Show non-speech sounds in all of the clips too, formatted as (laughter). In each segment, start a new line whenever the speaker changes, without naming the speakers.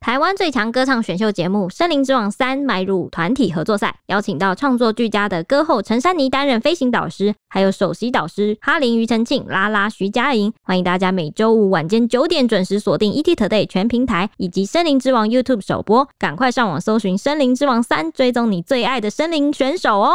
台湾最强歌唱选秀节目《森林之王三》迈入团体合作赛，邀请到创作俱佳的歌后陈珊妮担任飞行导师，还有首席导师哈林、庾澄庆、拉拉、徐佳莹。欢迎大家每周五晚间九点准时锁定 ET Today 全平台以及《森林之王》YouTube 首播，赶快上网搜寻《森林之王三》，追踪你最爱的森林选手哦。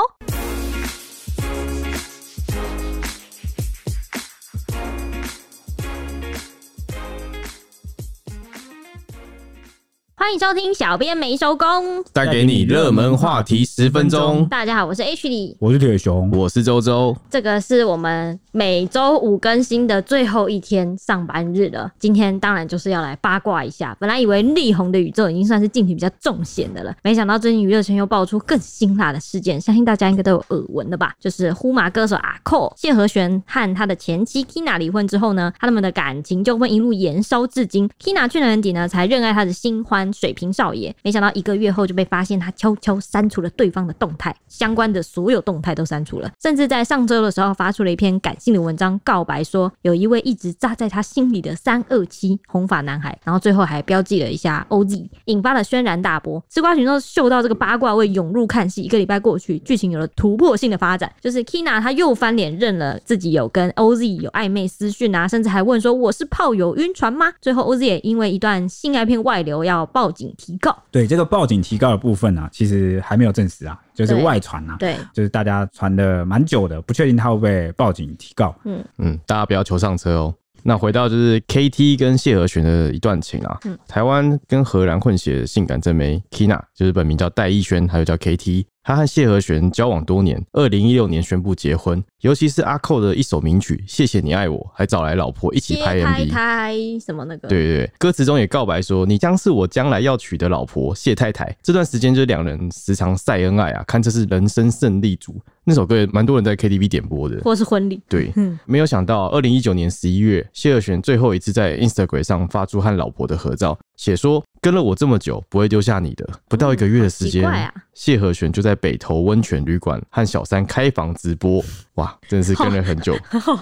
欢迎收听《小编没收工》，
带给你热门话题十分钟。
大家好，我是 H 李。
我是铁熊，
我是周周，
这个是我们每周五更新的最后一天上班日了。今天当然就是要来八卦一下。本来以为力宏的宇宙已经算是近期比较重险的了，没想到最近娱乐圈又爆出更辛辣的事件，相信大家应该都有耳闻的吧？就是呼麻歌手阿寇谢和弦和他的前妻 Tina 离婚之后呢，他们的感情就会一路延烧至今。Tina 去年年底呢才认爱他的新欢水瓶少爷，没想到一个月后就被发现他悄悄删除了对方的动态，相关的所有动态都删除了，甚至在上周的时候发出了一篇感性的文章，告白说有一位一直扎在他心里的三二七红发男孩，然后最后还标记了一下 OZ，引发了轩然大波。吃瓜群众嗅到这个八卦味涌入看戏，一个礼拜过去，剧情有了突破性的发展，就是 Kina 她又翻脸认了自己有跟 OZ 有暧昧私讯啊，甚至还问说我是炮友晕船吗？最后 OZ 也因为一段性爱片外流要报警提告。
对这个报警提告的部分啊，其实还没有证实啊，就是
对
外传啊，
对，
就是大家传的蛮久的，不确定他会不会报警提告。
嗯，大家不要求上车哦。那回到就是 KT 跟谢和弦的一段情啊，
嗯
台湾跟荷兰混血的性感正妹 Kina，就是本名叫戴艺轩，还有叫 KT。她和谢和弦交往多年，二零一六年宣布结婚。尤其是阿寇的一首名曲《谢谢你爱我》，还找来老婆一起拍 MV。
开什么那个？
对对对，歌词中也告白说：“你将是我将来要娶的老婆谢太太。”这段时间就是两人时常晒恩爱啊，堪称是人生胜利组。那首歌也蛮多人在 KTV 点播的。
或是婚礼。 (laughs)
对
嗯，
没有想到，二零一九年十一月，谢尔璇最后一次在 Instagram 上发出和老婆的合照，写说跟了我这么久，不会丢下你的。不到一个月的时间，
嗯好奇怪啊
谢和弦就在北投温泉旅馆和小三开房直播，哇，真的是跟了
(laughs)
很久。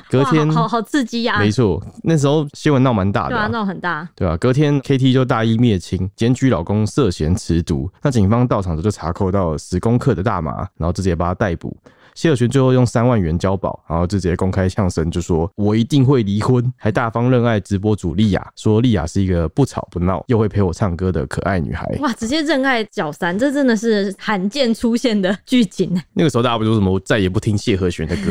隔天
哇好好好刺激呀、
没错，那时候新闻闹蛮大
啊对
的、
啊，闹很大。
对啊，隔天 KT 就大义灭亲，检举老公涉嫌持毒。那警方到场之后就查扣到十公克的大麻，然后直接把他逮捕。谢尔群最后用三万元交保，然后就直接公开呛声，就说“我一定会离婚”，还大方认爱直播主莉亚，说莉亚是一个不吵不闹又会陪我唱歌的可爱女孩。
哇，直接认爱小三，这真的是罕见出现的剧情。 (laughs)
那个时候大家不就什么我再也不听谢和弦的歌，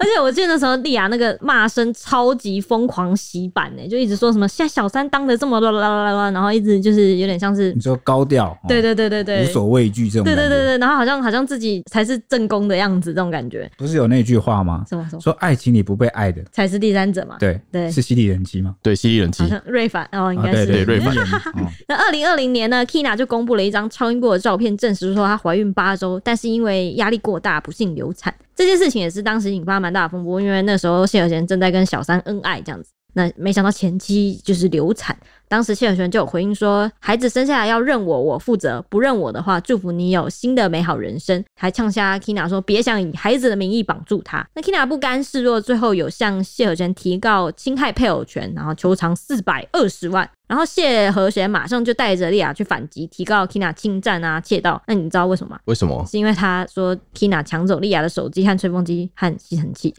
而且我记得那时候莉亚那个骂声超级疯狂洗版呢、欸就一直说什么现在小三当的这么啦啦啦啦啦，然后一直就是有点像是
你，说高调，哦
对对对对对，
无所畏惧这种
对
感觉，
对对对，然后好像好像自己才是正宫的样子，这种感觉，
不是有那句话吗？
什么什么
说爱情里不被爱的，
才是第三者嘛。
对
对
是犀利人妻吗？
对，犀利人妻
好。像瑞凡哦，应
啊
该是、
对对
对瑞凡
你演的哦
那二零二零年呢，Kina 就公布了一张超音波的照片，证实说她怀孕八周，但是因为压力过大，不幸流产。这件事情也是当时引发蛮大的风波，因为那时候谢和弦正在跟小三恩爱这样子。那没想到前妻就是流产，当时谢和弦就有回应说，孩子生下来要认我，我负责；不认我的话，祝福你有新的美好人生。还呛下 Kina 说，别想以孩子的名义绑住他。那 Kina 不甘示弱，最后有向谢和弦提告侵害配偶权，然后求偿四百二十万。然后谢和弦马上就带着莉亚去反击，提告 Kina 侵占啊、窃盗。那你知道为什么吗？
为什么？
是因为他说 Kina 抢走莉亚的手机和吹风机和吸尘器。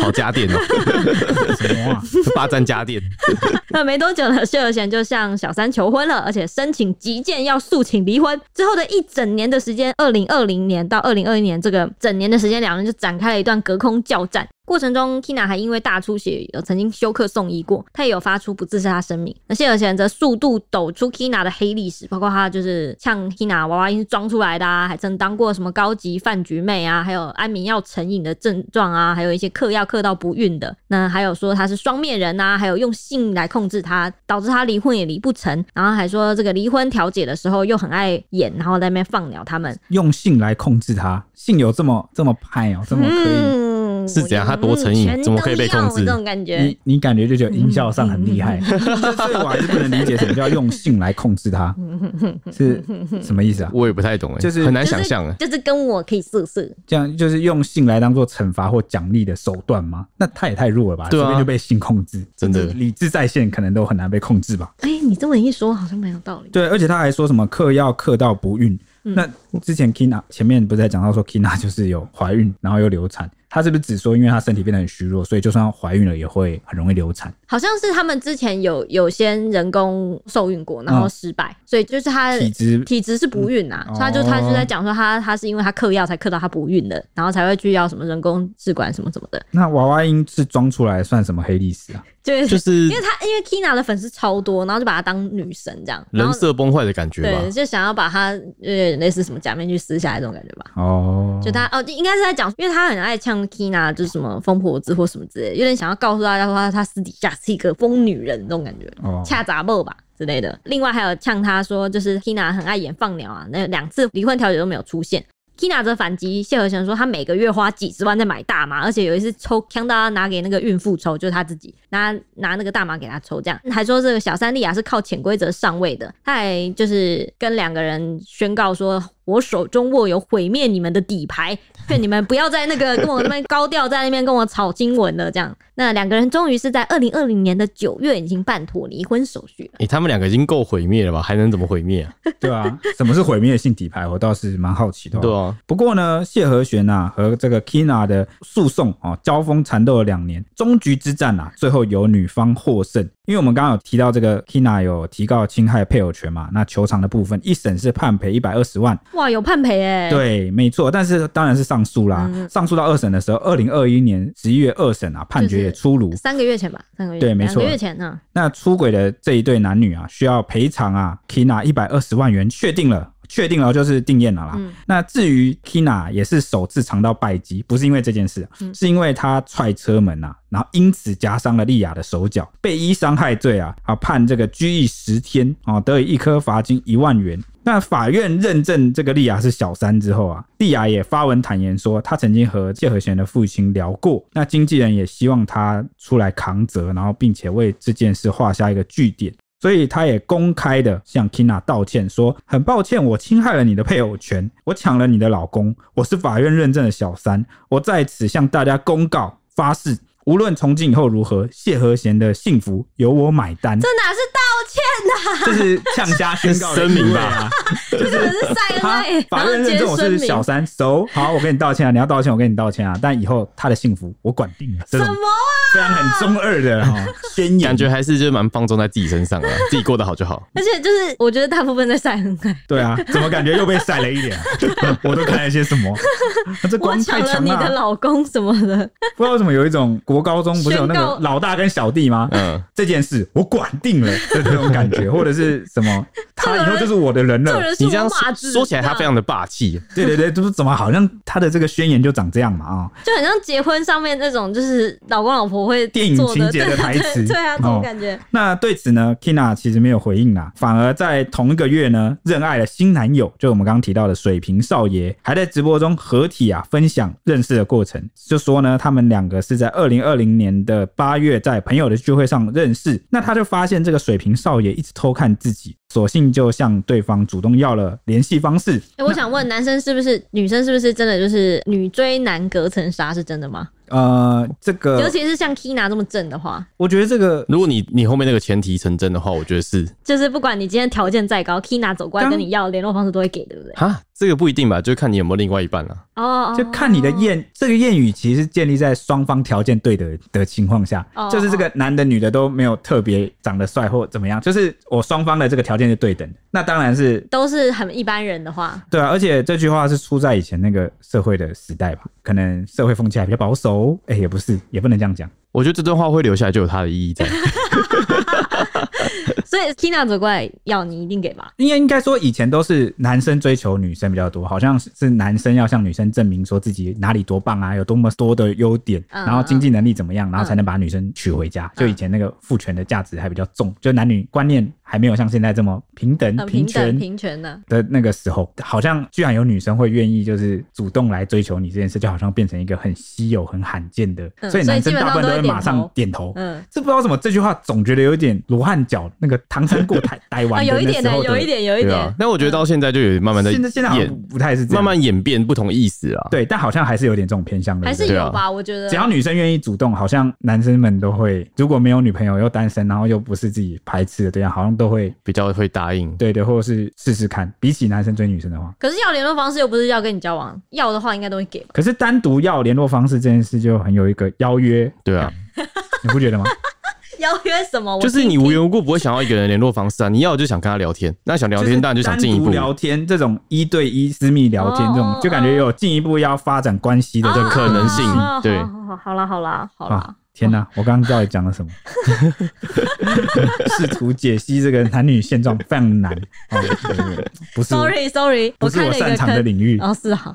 好家电
(laughs)
哦、
什么啊？
霸占家电。
那 (laughs) 没多久呢，谢和弦就向小三求婚了，而且申请急件要诉请离婚。之后的一整年的时间，二零二零年到二零二一年这个整年的时间，两人就展开了一段隔空叫战。过程中，Tina 还因为大出血有曾经休克送医过，她也有发出不自杀声明。那谢和弦则速度抖出 Tina 的黑历史，包括她就是像 Tina 娃娃音是装出来的啊，还曾当过什么高级饭局妹啊，还有安眠药成瘾的症状啊，还有一些嗑药嗑到不孕的。那还有说她是双面人啊，还有用性来控制她，导致她离婚也离不成。然后还说这个离婚调解的时候又很爱演，然后在那边放鸟他们。
用性来控制他，性有这么这么派哦，这么可以
嗯，
是怎样他多成
嗯
瘾
全
怎么可以被控制
都要这种感觉，
你你感觉就觉得
嗯
音效上很厉害， (laughs) 所以我还是不能理解什么叫用性来控
(laughs)
制它，是什么意思啊？
我也不太懂哎、
就是
很难
就是
想象哎、
就是跟我可以试试。
这样就是用性来当做惩罚或奖励的手段吗？那他也太弱了吧，
对啊
随便就被性控制，
真的
理智在线可能都很难被控制吧。
哎、你这么一说，好像蛮有道理。
对，而且他还说什么嗑药嗑到不孕。
嗯
那之前 Kina 前面不是在讲到说 Kina 就是有怀孕，然后又流产，她是不是只说因为她身体变得很虚弱，所以就算怀孕了也会很容易流产？
好像是他们之前有有些人工受孕过，然后失败，所以就是他
体质
体质是不孕啊，
嗯
所以他就
哦
他就在讲说他他是因为他嗑药才嗑到他不孕的，然后才会去要什么人工试管什么什么的，
那娃娃音是装出来算什么黑历史啊？
就是、
就是
因为他因为 Kina 的粉丝超多，然后就把她当女神这样，然
人
后
设崩坏的感觉吧
对，。就想要把她有点类似什么假面具撕下来这种感觉吧。
哦，
就他哦，应该是在讲，因为他很爱呛 Kina，就是什么疯婆子或什么之类的，有点想要告诉大家说他他私底下是一个疯女人那种感觉，
哦
恰杂爆吧之类的。另外还有呛他说，就是 Kina 很爱演放鸟啊，那两次离婚调解都没有出现。Kina 则反击谢和弦说，他每个月花几十万在买大麻，而且有一次抽枪到他拿给那个孕妇抽，就是他自己拿拿那个大麻给他抽，这样还说这个小三利亚是靠潜规则上位的。他还就是跟两个人宣告说，我手中握有毁灭你们的底牌， (laughs) 劝你们不要在那个跟我那边高调在那边跟我吵经文了。这样，那两个人终于是在二零二零年的九月已经办妥离婚手续了。
诶、他们两个已经够毁灭了吧？还能怎么毁灭啊？
对啊，什么是毁灭性底牌？我倒是蛮好奇的、哦
对啊，
不过呢，谢和弦啊和这个 Kina 的诉讼啊交锋缠斗了两年，终局之战啊，最后由女方获胜。因为我们刚刚有提到这个 Kina 有提告侵害配偶权嘛，那求偿的部分一审是判赔一百二十万，
哇，有判赔哎、
对，没错。但是当然是上诉啦，上诉到二审的时候，二零二一年十一月二审啊判决也出炉，
三个月前吧，三个月
对没错
两个月前啊呢、
那出轨的这一对男女啊，需要赔偿啊，Kina 一百二十万元，确定了。确定了就是定谳了啦。
嗯
那至于 Kina 也是首次尝到败绩，不是因为这件事啊、
嗯
是因为他踹车门啊，然后因此夹伤了莉亚的手脚，被依伤害罪啊啊判这个拘役十天啊，得以一颗罚金一万元。那法院认证这个莉亚是小三之后啊，莉亚也发文坦言说，她曾经和谢和弦的父亲聊过，那经纪人也希望她出来扛责，然后并且为这件事画下一个句点。所以她也公开的向 Kina 道歉说，很抱歉我侵害了你的配偶权，我抢了你的老公，我是法院认证的小三，我在此向大家公告发誓，无论从今以后如何，谢和弦的幸福由我买单。
这啊哪是道歉呐、
这是呛家宣告的
这是声明吧
意味啊。
这怎么是
他
晒恩爱？
法院认
然
证
后
我
结声
是
明
小三，熟好，我跟你道歉啊，你要道歉，我跟你道歉啊，但以后他的幸福我管定了，这
什
种
么啊？
非常很中二的哈宣言
感，觉还是就蛮放纵在自己身上
(laughs)
啊，自己过得好就好。
而且就是我觉得大部分在晒恩爱。(laughs)
对啊，怎么感觉又被晒了一脸啊？ (laughs) 我都看了些什么？啊这
我
光
抢
太
了
强
你的
了，
老公什么的，
不知道为什么有一种国高中不是有那
宣告
个老大跟小弟吗？
嗯，
这件事我管定了 (laughs) 的这种感觉，或
(laughs)
者是什么？他以后就是我的人
这
了。
人是
你
我
这样
马
说
子。啊
说起来，他非
这样
常的霸气。
对对对，就是怎么好像他的这个宣言就长这样嘛啊？
就很像结婚上面那种，就是老公老婆会
电影
做的
情节
对
的台词
对对啊，这种
哦
感觉。
那对此呢，Kina 其实没有回应啦，反而在同一个月呢，认爱了新男友，就我们刚刚提到的水瓶少爷，还在直播中合体啊分享认识的过程，就说呢，他们两个是在二零二零年的八月在朋友的聚会上认识，那他就发现这个水瓶少爷一直偷看自己，索性就向对方主动要了联系方式，
哎、我想问，男生是不是女生是不是真的就是女追男隔层纱是真的吗？
呃，这
尤
个
其是像 Kina 这么正的话，
我觉得这个。
如果你你后面那个前提成真的话，我觉得
(laughs)
是
就是不管你今天条件再高，Kina 走过来
刚
跟你要联络方式都会给，对不对？
哈，这个不一定吧，就看你有没有另外一半啊了、
哦哦，哦
就看你的谚，这个谚语其实是建立在双方条件对的的情况下
哦，
就是这个男的女的都没有特别长得帅或怎么样，就是我双方的这个条件是对等的，那当然是
都是很一般人的话，
对啊，而且这句话是出在以前那个社会的时代吧，可能社会风气还比较保守，哎、也不是，也不能这样讲。
我觉得这段话会留下来就有它的意义在。
所以 Tina 走过来要你，一定给吧？
应该应该说以前都是男生追求女生比较多，好像是男生要向女生证明说自己哪里多棒啊，有多么多的优点，
嗯
然后经济能力怎么样，然后才能把女生娶回家。就以前那个父权的价值还比较重，就男女观念还没有像现在这么平等
很哦
平
呃平等
权。
平权的，
的那个时候，好像居然有女生会愿意就是主动来追求你这件事，就好像变成一个很稀有、很罕见的，
嗯
所
所
以
以
男生
基本
大部分
上都
会
会点
马上
头
点头。
嗯，
这不知道为什么这句话总觉得有点罗汉脚那个唐山过
(laughs)
台台
啊，
湾的
有一
那
点
时
的，
候的
有一点，有一
对
点
啊。，但我觉得到现在就有慢慢的
啊现在现在好像
演，
不太是这样，
慢慢演变不同意思啊啦。
对，但好像还是有点这种偏向的，
还是
对不对
对啊
有吧？我觉得
只要女生愿意主动，好像男生们都会，如果没有女朋友又单身，然后又不是自己排斥的对象，好像都会
比较会答应。
对对，或者是试试看。比起男生追女生的话，
可是要联络方式又不是要跟你交往，要的话应该都会给吧。 (laughs)
可是单独要联络方式这件事就很有一个邀约，
对啊，
你不觉
(laughs)
得吗？
邀约什么？我
就是
听
你无缘无故不会想要一个人联络方式啊，你要就想跟他聊天，那想聊天当然就想进一
就是单独
步，
聊天这种一对一私密聊天
哦
这种，就感觉有进一步要发展关系的这种
可能性
哦哦哦
对
好好好啦，好啦，好啦
啊。！天哪，我刚刚到底讲了什么？试图解析这个男女现状非常难啊、哦，不是
Sorry，Sorry，
不是
看
我
了一
擅
个
长的
坑。
领域。嗯
哦，是啊，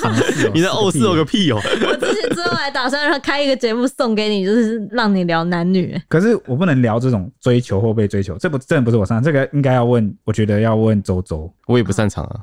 尝试哦
(laughs) 你在哦是有个屁
(laughs)
哦，
我之前之后还打算让开一个节目送给你，就是让你聊男女。 (laughs)
可是我不能聊这种追求或被追求，这不真的不是我擅长，这个应该要问，我觉得要问周周。
我也不擅长啊。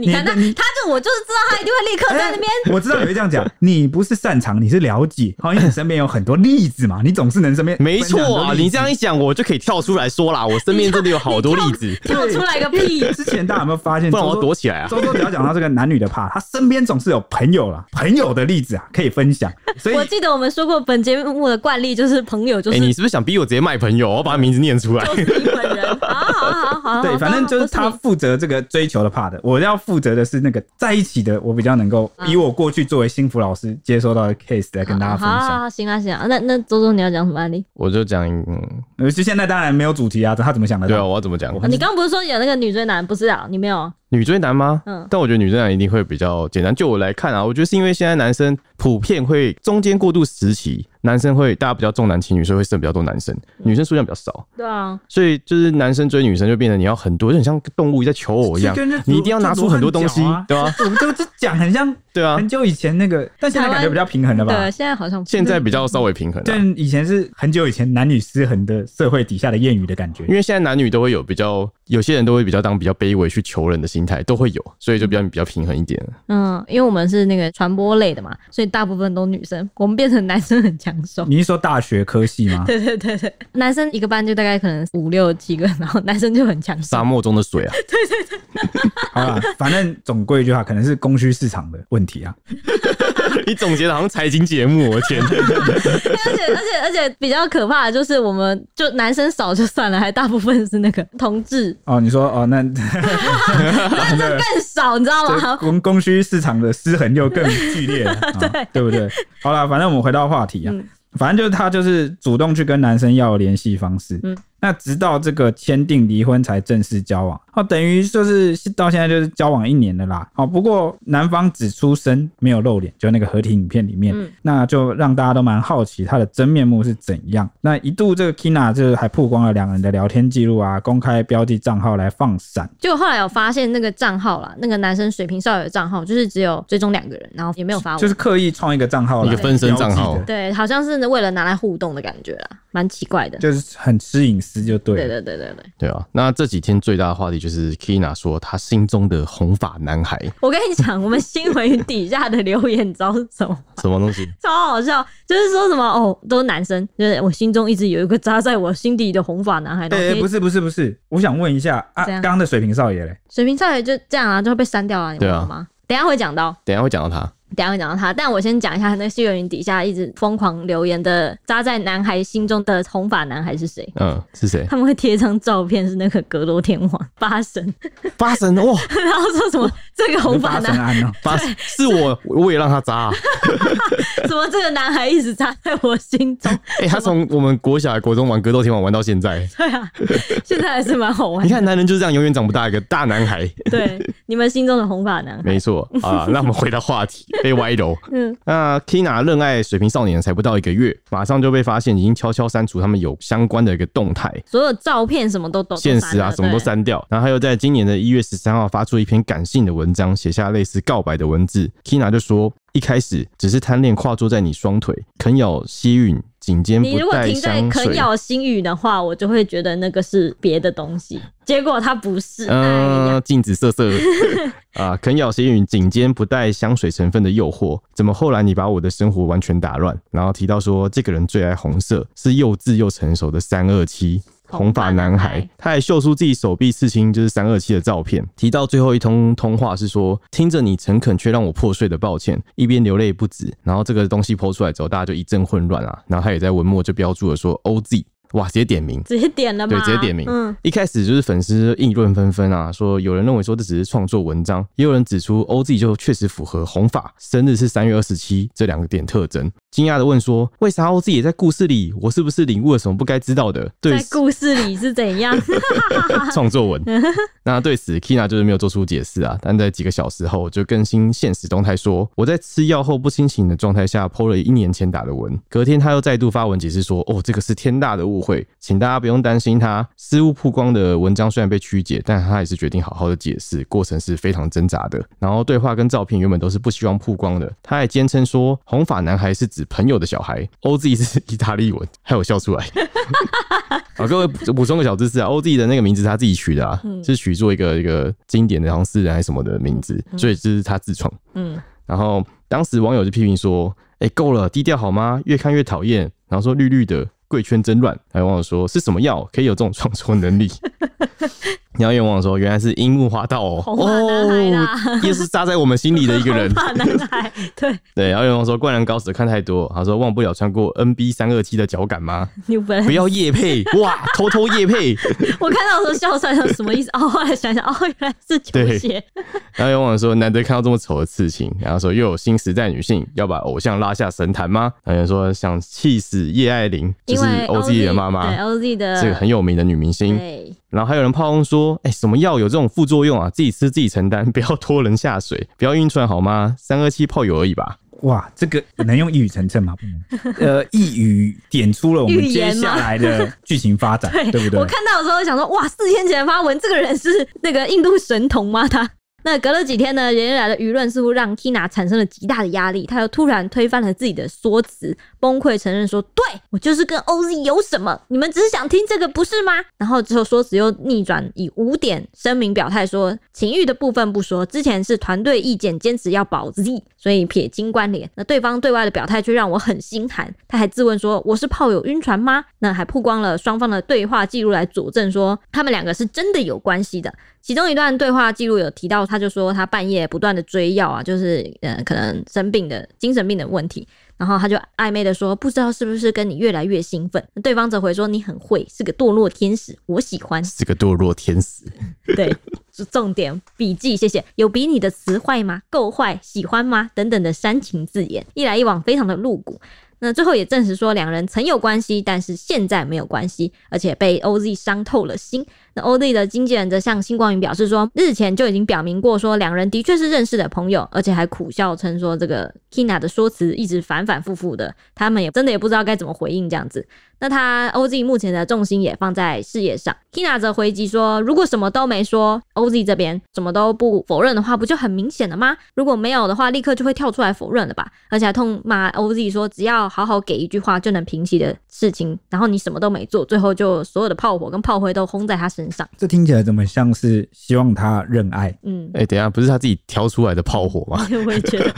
你看他，他就我就是知道他一定会立刻在那边。
我知道你会这样讲，你不是擅长，你是了解，好、因为你身边有很多例子嘛，你总是能身边
没
分享很
错
多
啊，
例子
你这样一讲，我就可以跳出来说啦。我身边真的有好多例 (laughs) 子，
跳出来个屁！
(laughs) 之前大家有没有发现？
不然我要
周周
躲起来啊。
周周只要讲到这个男女的怕，他身边总是有朋友啦，朋友的例子啊可以分享，所以
我记得我们说过，本节目的惯例就是朋友就
哎、
是
你是不是想逼我直接卖朋友？我要把名字念出来。
就是你本人。
(laughs)
好好好好好，
对，反正就是他
好
负责这个追求的 part，我要负责的是那个在一起的，我比较能够以我过去作为幸福老师接收到的 case 来跟大家分
好好
享。
好，行啊行啊，那那周周你要讲什么案例？
(laughs) 我就讲，嗯，
尤其现在当然没有主题啊，他怎么想的？
对啊，我要怎么讲？
啊你刚刚不是说有那个女追男？不是啊，你没有啊？
女追男吗？
嗯
但我觉得女追男一定会比较简单。就我来看啊，我觉得是因为现在男生普遍会中间过渡时期，男生会大家比较重男轻女，所以会剩比较多男生，女生数量比较少，
对啊，
所以就是男生追女生就变成你要很多，就很像动物在求偶一样
就跟那，
你一定要拿出很多东西
就罗汉，
对吧、啊？
我们就这讲很像
对啊 (laughs)
很，久以前那个，但现在感觉比较平衡了吧
对，？现在好像不是
现在比较稍微平衡、啊。
但以前是很久以前男女失衡的社会底下的谚语的感觉
因。为现在男女都会有比较，有些人都会比较当比较卑微去求人的心态，都会有，所以就比较比较平衡一点。
嗯，因为我们是那个传播类的嘛，所以大部分都女生，我们变成男生很抢手。
你是说大学科系吗？
对对对对，男生一个班就大概可能五六七个，然后男生就很抢手
沙。漠中的水啊， (laughs)
好啦，反正总归一句话，可能是供需市场的问题啊。
你总结的好像财经节目，哦我 (laughs) 天！
而且而且而且比较可怕的就是，我们就男生少就算了，还大部分是那个同志
哦，你说哦，那那这
更少，你知道
这
吗？
供供需市场的失衡又更剧烈
(laughs)
了，啊、对不对？好了，反正我们回到话题啊，
嗯
反正就是他就是主动去跟男生要联系方式，
嗯
那直到这个签订离婚才正式交往，哦，等于就是到现在就是交往一年了啦，哦，不过男方只出声没有露脸，就那个合体影片里面，
嗯
那就让大家都蛮好奇他的真面目是怎样。那一度这个 Kina 就是还曝光了两人的聊天记录啊，公开标记账号来放闪。
就后来有发现那个账号啦，那个男生水平少有的账号，就是只有追踪两个人，然后也没有发文，
就是刻意创一个账号来
一个分身账号
标记的
对，好像是为了拿来互动的感觉啦，蛮奇怪的。
就是很吃隐私就对
对
了。
对对对对，
对啊，那这几天最大的话题就是 Kina 说她心中的红发男孩，
我跟你讲，我们新闻底下的留言，你知道是什么吗？
什么东西？
超好笑，就是说什么哦，都是男生，就是我心中一直有一个扎在我心底的红发男孩。然后
哎、
贴
不是不是不是，我想问一下啊，
怎
刚
样
刚的水瓶少爷嘞，
水瓶少爷就这样啊，就会被删掉啊，你
对
知
啊
道吗？等一下会讲到，
等一下会讲到他。
等一下会讲到他，但我先讲一下那个新闻底下一直疯狂留言的扎在男孩心中的红发男孩是谁？
嗯，是 (laughs) 谁？
他们会贴一张照片，是那个格罗天王八神， (laughs)
八神哇，
然后说什么这个红发
八
男
神
孩，
安哦、
八神啊是 (laughs) 我，我也让他扎、啊。
什么这个男孩一直扎在我心中，
哎、他从我们国小、国中玩格斗天王玩到现在，
对啊，现在还是蛮好玩
你
的。
看男人就是这样，永远长不大一个大男孩。 (laughs)
对，你们心中的红发男孩。
没错啊，那我们回到话题，被歪楼。
(laughs) 嗯，
那 Tina 热爱水瓶少年才不到一个月，马上就被发现，已经悄悄删除他们有相关的一个动态。
所有照片什么都哦都
现实啊，什么都。删掉。然后他又在今年的一月十三号发出一篇感性的文章，写下类似告白的文字。Tina 就说：“一开始只是贪恋跨坐在你双腿，啃咬吸吮，颈肩
都删了对你如
不
果
带
停在
香
啃
水。”
咬心语的话，我就会觉得那个是别的东
(laughs)
西，结果它不是。哎呀，
嗯，镜子瑟 (laughs) 瑟啊，啃咬吸吮颈间不带香水成分的诱惑，怎么后来你把我的生活完全打乱？然后提到说，这个人最爱红色，是幼稚又成熟的三二七。红发男
红发男
孩
孩，
他还秀出自己手臂刺青，就是三二七的照片。提到最后一通通话是说，听着你诚恳却让我破碎的抱歉，一边流泪不止。然后这个东西抛出来之后，大家就一阵混乱啊。然后他也在文末就标注了说 OZ，哇，直接点名，
直接点了
对
吗？，
直接点名。
嗯，
一开始就是粉丝议论纷纷啊，说有人认为说这只是创作文章，也有人指出 OZ 就确实符合红发生日是三月二十七这两个点特征。惊讶的问说，为啥 OZ 也在故事里？我是不是领悟了什么不该知道的？对
在故事里是怎样？
创作文。 (laughs) 那对此，Kina 就是没有做出解释啊，但在几个小时后就更新现实动态说，哦我在吃药后不清醒的状态下剖了一年前打的文。隔天他又再度发文解释说，哦，这个是天大的误会，请大家不用担心他。失误曝光的文章虽然被曲解，但他还是决定好好的解释，过程是非常挣扎的。然后对话跟照片原本都是不希望曝光的，他还坚称说，红发男孩是指朋友的小孩，OZ 是意大利文，害我笑出来。啊，各位补补充个小知识啊，OZ 的那个名字他自己取的啊，
嗯
是取做一个一个经典的，好像诗人还是什么的名字，所以这是他自创。
嗯，
然后当时网友就批评说：“哎、够了，低调好吗？越看越讨厌。”然后说绿绿的贵圈真乱。还有网友说：“是什么药可以有这种创作能力？” (laughs) 然后有网友说：“原来是樱木花道哦，
(laughs) 红发男孩啦
哦，也是扎在我们心里的 (laughs) 一个
(laughs)
人
红。发男
(laughs)
孩，对，
对，然后有网友说《灌篮高手》看太多，他说忘不了穿过 NB 三二七的脚感吗？
你本来
不要夜配哇，偷偷夜配。
我看到的时候笑出来，想什么意思？哦，后来想想，哦，原来是球
对
鞋。
然后有网友说，难得看到这么丑的刺青，然后说又有新时代女性要把偶像拉下神坛吗？还有人说想气死叶爱玲，就
(laughs) 因
是
为哦
OZ 的妈
对
妈，
OZ 的
这个很有名的女明星。
对，
然后还有人炮轰说，哎、什么药有这种副作用啊？自己吃自己承担，不要拖人下水，不要晕船好吗？三二七炮友而已吧。
(laughs) 哇，这个能用一语
(laughs)
成谶吗？不能。呃，一语点出了我们
预
接
言吗
下来的剧情发展，对不
我
对？
看到的时候想说，哇，四天前发文，这个人是那个印度神童吗？他。那隔了几天呢，连日来的舆论似乎让 Tina 产生了极大的压力，她又突然推翻了自己的说辞，崩溃承认说：“对我就是跟 OZ 有什么？你们只是想听这个不是吗？”然后之后说辞又逆转，以五点声明表态说，情欲的部分不说，之前是团队意见坚持要保 Z，所以撇清关联。那对方对外的表态却让我很心寒，他还自问说：“我是炮友晕船吗？”那还曝光了双方的对话记录来佐证说，他们两个是真的有关系的。其中一段对话记录有提到，他就说他半夜不断的追药啊，就是呃可能生病的精神病的问题，然后他就暧昧的说，不知道是不是跟你越来越兴奋。对方则回说你很会，是个堕落天使，我喜欢。
是个堕落天使，
对，是重点笔记，谢谢。有比你的词坏吗？够坏？喜欢吗？等等的煽情字眼，一来一往，非常的露骨。那最后也证实说，两人曾有关系，但是现在没有关系，而且被 OZ 伤透了心。那 OZ 的经纪人则向星光云表示说，日前就已经表明过说，两人的确是认识的朋友，而且还苦笑称说，这个 Kina 的说辞一直反反复复的，他们也真的也不知道该怎么回应这样子。那他 OZ 目前的重心也放在事业上。Tina 则回击说，如果什么都没说，OZ 这边什么都不否认的话，不就很明显了吗？如果没有的话，立刻就会跳出来否认了吧？而且还痛骂 OZ 说，只要好好给一句话就能平息的事情，然后你什么都没做，最后就所有的炮火跟炮灰都轰在他身上。
这听起来怎么像是希望他认爱？
嗯，
哎、等一下不是他自己挑出来的炮火吗？
我也觉得，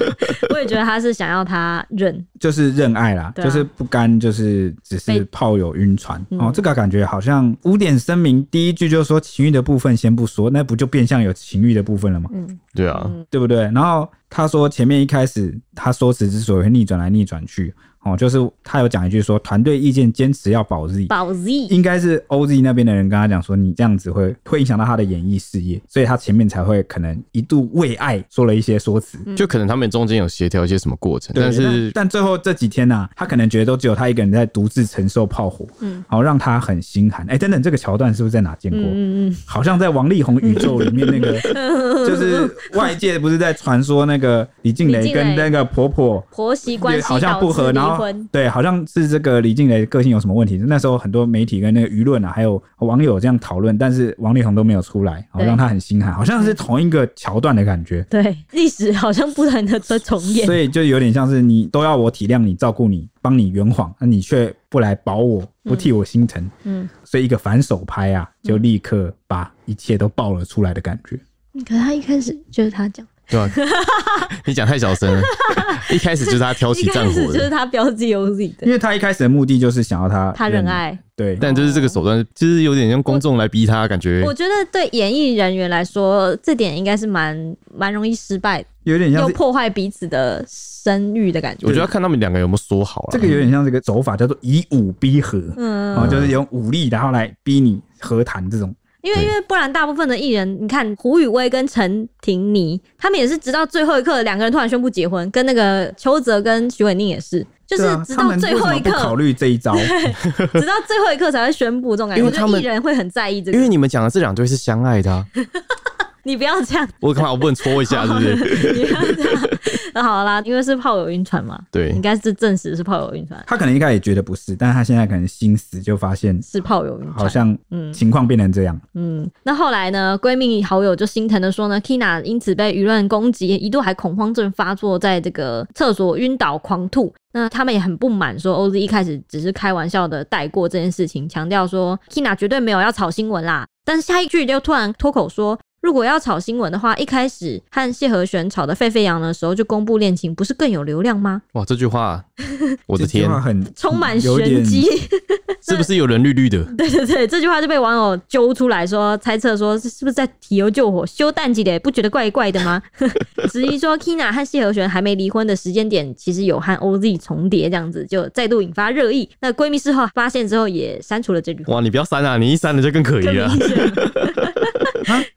我也觉得他是想要他认，
就是认爱啦，
对啊
就是不甘，就是只是
被
炮友晕船、
嗯
哦。这个感觉好像五点声明第一句就说情欲的部分先不说，那不就变相有情欲的部分了吗？
嗯，
对啊，
嗯
对不对？然后他说前面一开始他说辞之所以会逆转来逆转去，哦，就是他有讲一句说，团队意见坚持要保 Z，
宝 Z
应该是 OZ 那边的人跟他讲说，你这样子会会影响到他的演艺事业，所以他前面才会可能一度为爱说了一些说辞。
嗯
就可能他们中间有协调一些什么过程，
对
但是
但最后这几天呢、啊他可能觉得都只有他一个人在独自承受炮火，
嗯
嗯，好让他很心寒。哎、等等，这个桥段是不是在哪见过？
嗯嗯嗯，
好像在王力宏宇宙里面那
(laughs)
个，就是外界不是在传说那个李静
李
蕾
静蕾
跟那个婆婆
婆媳关系
好像
导
不和，
致
然
离
后
婚，
对，好像是这个李静蕾个性有什么问题。那时候很多媒体跟那个舆论啊，还有网友这样讨论，但是王力宏都没有出来，好
对
让他很心寒，好像是同一个桥段的感
(laughs)
觉。
对，历史好像不断的在重演
所，以就有点像是你都要我体谅你、照顾你、帮你圆谎，那你却不来保我，不替我心疼，
嗯，
所以一个反手拍啊，就立刻把一切都爆了出来的感觉。
可是他一开始就是他讲，
对吧？ (laughs) 你讲太小声了， (laughs) 一开始就是他挑
一
起
开
战
始
火
就是
的，
他标记 OZ
因
的，
为他一开始的目的就是想要他
他仁，爱。
对，
但就是这个手段，就是有点像公众来逼他，感觉
我觉得对演艺人员来说，这点应该是蛮蛮容易失败，
有点像
又
是
破坏彼此的声誉的感觉。
我觉得要看他们两个有没有说好了
这个。有点像这个手法叫做以武逼和，
嗯，
哦，就是用武力然后来逼你和谈这种。
因为
对
因为不然，大部分的艺人，你看胡宇威跟陈婷妮，他们也是直到最后一刻，两个人突然宣布结婚，跟那个邱泽跟徐伟宁也是，就是
对啊
直
他
到
们
最
为什
后
么
一
不考
刻，
虑这一
(laughs)
招，
直到最后一刻才会宣布这种感觉。
因为
我觉得
他们
艺人会很在意这
因
个
为，你们讲的这两对是相爱的、啊，
你不要这样，
我干嘛我不能戳一下，是不是？
你不要这样。 (laughs) 好啦，因为是炮友晕船嘛，
对
应，该是证实是炮友晕船，
他可能一开始也觉得不是，但是他现在可能心死，就发现
是炮友晕船。
好像
嗯
情况变成这样。
嗯，那后来呢？闺蜜好友就心疼的说呢，Tina 因此被舆论攻击，一度还恐慌症发作，在这个厕所晕倒狂吐。那他们也很不满，说 OZ 一开始只是开玩笑的带过这件事情，强调说 Tina 绝对没有要炒新闻啦。但是下一句就突然脱口说，如果要炒新闻的话，一开始和谢和弦吵得沸沸扬扬的时候就公布恋情，不是更有流量吗？
哇，这句话，我的
这句
天
话，很
充满
有
玄
点
机。 (laughs)
是不是有人绿绿的？
对对对，这句话就被网友揪出来说，猜测说是是不是在提油救火，修蛋鸡的，不觉得怪怪的吗？ (laughs) 质疑说 Kina 和谢和弦还没离婚的时间点，其实有和 OZ 重叠，这样子就再度引发热议。那闺蜜事后发现之后，也删除了这句话，
哇，你不要删啊！你一删了就更可疑啊
更
了
明。显了，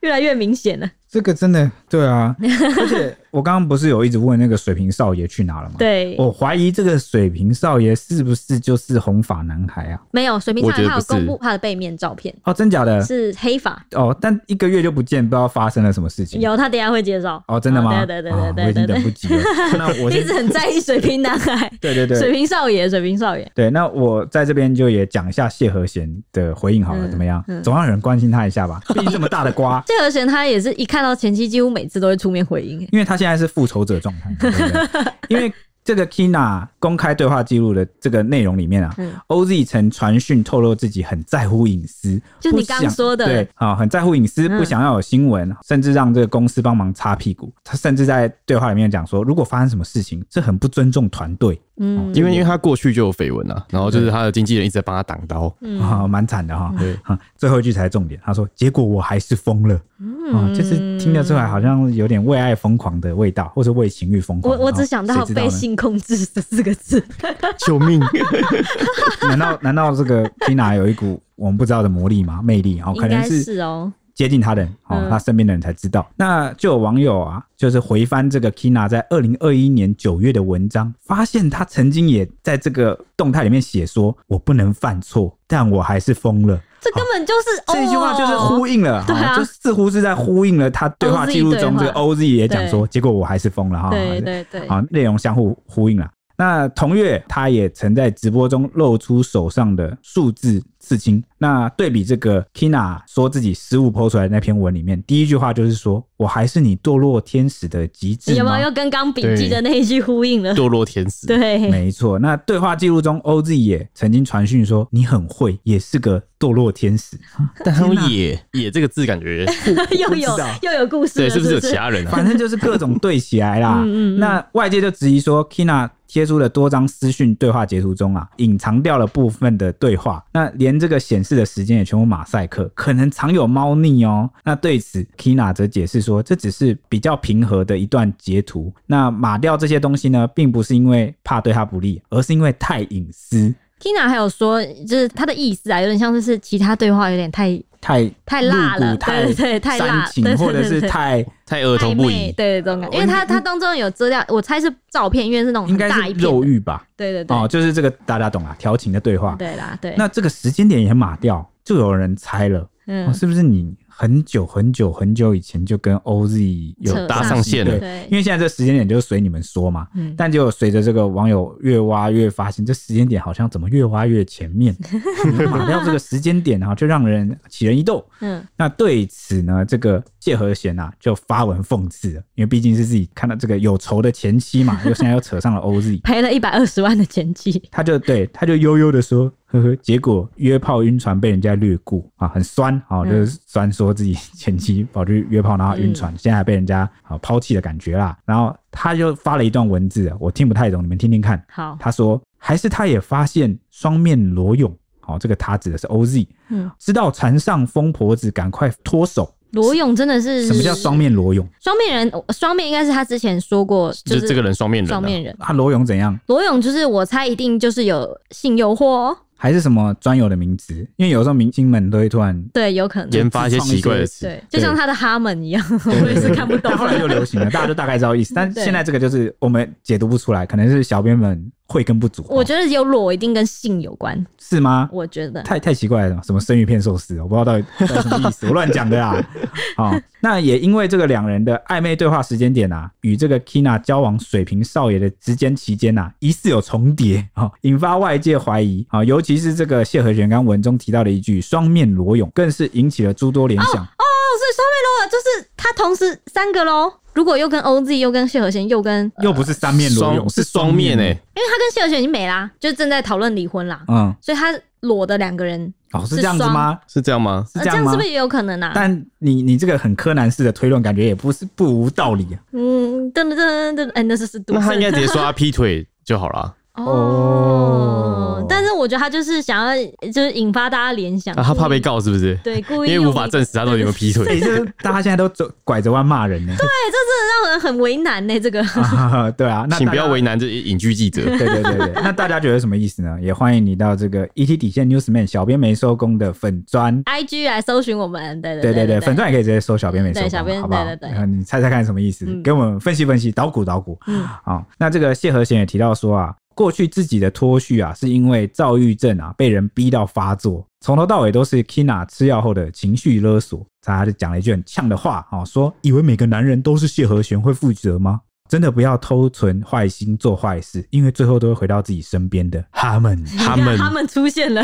越来越明显了。
这个真的
(laughs)
对啊，而且我刚刚不是有一直问那个水瓶少爷去哪了吗？，
对，
我怀疑这个水瓶少爷是不是就是红发男孩啊？
没有水瓶
我
上
觉得
他有
不
公
是
布他的背面照片，
哦，真假的？
是黑发，
哦，但一个月就不见，不知道发生了什么事情。
有他等一下会介绍。啊
哦，真的吗？
对对对对
哦我
对
已经
对
等不
对 (laughs)
及了。那
对，
我
一
先
直很在意水瓶男孩，
对 (laughs) 对对
水瓶少爷，水瓶少爷。
对，那我在这边就也讲一下谢和弦的回应好了，
嗯
怎么样？
嗯
总要有人关心他一下吧，毕竟这么大的瓜
(laughs) ，谢和弦他也是一看到前妻，几乎每次都会出面回应。欸
因为他现在是复仇者状态嘛，对不
(laughs)
对？因为这个 Kina 公开对话记录的这个内容里面啊、
嗯
o z 曾传讯透露自己很在乎隐私，
就
不
你刚
想
说的
对，啊、很在乎隐私，
嗯
不想要有新闻，甚至让这个公司帮忙擦屁股。他甚至在对话里面讲说，如果发生什么事情，这很不尊重团队。
嗯
因为因为他过去就有绯闻啊，然后就是他的经纪人一直在帮他挡刀，
(laughs)
嗯，
啊，蛮惨的哈。
对
啊，最后一句才是重点。他说：“结果我还是疯了。”啊，
嗯
就是听得出来，好像有点为爱疯狂的味道，或者为情欲疯狂。
我我只
啊
想到
谁知道
被
呢
性控制这四个字，
救命！
难道难道这个 Tina 有一股我们不知道的魔力吗？魅力啊、哦，可
(laughs) 应
能
该
是
是哦。
接近他的人哦
嗯，
他身边的人才知道。那就有网友啊，就是回翻这个 Kina 在二零二一年九月的文章，发现他曾经也在这个动态里面写说：“我不能犯错，但我还是疯了。”
这根本就是
这一句话就是呼
哦
应了，哈
对啊
就似乎是在呼应了他对话记录中，这
OZ
个 OZ 也讲说，结果我还是疯了哈。
哦对对对，
好，内容相互呼应了。那同月，他也曾在直播中露出手上的数字刺青。那对比这个 Kina 说自己失误剖出来的那篇文里面，第一句话就是说：“我还是你堕落天使的极致
哎有
吗
没有又跟刚笔记的那一句呼应了？
堕落天使，
对，
没错，那对话记录中，OZ 也曾经传讯说：“你很会，也是个堕落天使。”
但他用“野”野这个字感觉，
又有
不知道
又有故事了，
对，
是
是
(laughs)
不是有其他人啊？
反正就是各种对起来啦。
(laughs) 嗯嗯嗯
那外界就质疑说，Kina 贴出了多张私讯对话截图中啊，隐藏掉了部分的对话，那连这个显示的时间也全部马赛克，可能藏有猫腻哦。那对此，Kina 则解释说，这只是比较平和的一段截图，那码掉这些东西呢，并不是因为怕对他不利，而是因为太隐私。
Tina 还有说，就是他的意思啊，有点像是是其他对话有点太
太
太辣
露
了
骨太
对对对太辣
煽情
对对对
或者是
对
太
太儿童
暧
不
昧，
宜。
对这种感觉，因为他他当中有资料，我猜是照片，因为是那种
哦应
(laughs) 很
该
大
是
一片
肉
的，
欲吧？
对对对，
哦，就是这个大家懂啊，调情的对话。
对啦，对，
那这个时间点也码掉，就有人猜了，哦
嗯，
是不是你很久很久很久以前就跟 OZ 有
扯
搭
上
上线了
对，
对
因为现在这时间点就是随你们说嘛。
嗯，
但结果随着这个网友越挖越发现，这时间点好像怎么越挖越前
(laughs)
面，码掉这个时间点啊，就让人起人一斗。
嗯，
那对此呢，这个谢和弦啊就发文讽刺了，因为毕竟是自己看到这个有仇的前妻嘛，又现在又扯上了 OZ，
赔了一百二十万的前期，
他就对他就悠悠的说， (laughs) 呵呵，结果约炮晕船被人家略过啊，很酸啊，
嗯
就是酸说自己前妻跑去约炮然后晕船，现在还被人家啊抛弃的感觉啦。然后他就发了一段文字，我听不太懂，你们听听看。
好，
他说，还是他也发现双面裸泳，好、这个他指的是 OZ，
嗯，
知道船上疯婆子，赶快脱手。
罗勇真的是
什么叫双面裸泳？
双面人？双面应该是他之前说过，
就是这个人双面人、啊，
双面人。
啊，裸泳怎样？
罗勇就是我猜一定就是有性诱惑哦，
还是什么专有的名词？因为有时候明星们都会突然，
对，有可能
研，发一些奇怪的词，
对，就像他的哈们一样， (laughs) 我也是看不懂
但。后来就流行了，大家就大概知道意思。但
对
现在这个就是我们解读不出来，可能是小编们慧根不足。
我
哦
觉得有裸一定跟性有关，
是吗？
我觉得
太太奇怪了，什么生鱼片寿司，我不知道到底到底什么意思，我乱讲
(laughs)
的啦。好、那也因为这个两人的暧昧对话时间点啊，与这个 Kina 交往水瓶少爷的之间期间啊，疑似有重叠啊、哦引发外界怀疑啊、尤其是这个谢和弦刚文中提到的一句“双面裸泳”，更是引起了诸多联想。
哦，所以双面裸就是他同时三个喽。如果又跟 OZ 又跟谢和弦又跟，
又不是三面裸泳，
双是双面欸哎、
哎、
因为他跟谢和弦已经没啦，就正在讨论离婚啦，
嗯，
所以他裸的两个人，
哦，是这样子吗？
是这样吗？
是
呃
这样
样
吗
是不？是也有可能啊？
但你你这个很柯南式的推论，感觉也不是不无道理啊。
嗯，噔噔噔噔，哎，那是是毒
那他
蛇
应该直接说他劈腿 (laughs) 就好了。
哦
哦。
但是我觉得他就是想要，就是引发大家联想
啊，他怕被告是不是？
对，故意
因为无
用
法
一个
证实他到底有没有劈
哎、
(laughs)
腿。
这大家现在都走拐着弯骂人呢、
让人很为难呢、这个 (laughs)
(laughs) 啊对啊，那
请
大
不
家
要为。难这隐居记者。
对对对对，那大家觉得什么意思呢？也欢迎你到这个 ET 底线 Newsman 小编没收工的粉砖，
IG 来搜寻我们，对
对
对
对对，粉
对，
砖也可以直接搜小编没收工，
对小编
好不好？
对对对
嗯你猜猜看什么意思？
嗯
给我们分析分析，捣鼓捣鼓。
嗯
啊、那这个谢和弦也提到说啊，过去自己的脱序啊，是因为躁郁症啊，被人逼到发作，从头到尾都是 Kina 吃药后的情绪勒索。他就讲了一句很呛的话啊、说以为每个男人都是谢和弦会负责吗？真的不要偷存坏心做坏事，因为最后都会回到自己身边的。他
(laughs)
们
他
你看
们，
他们出现了，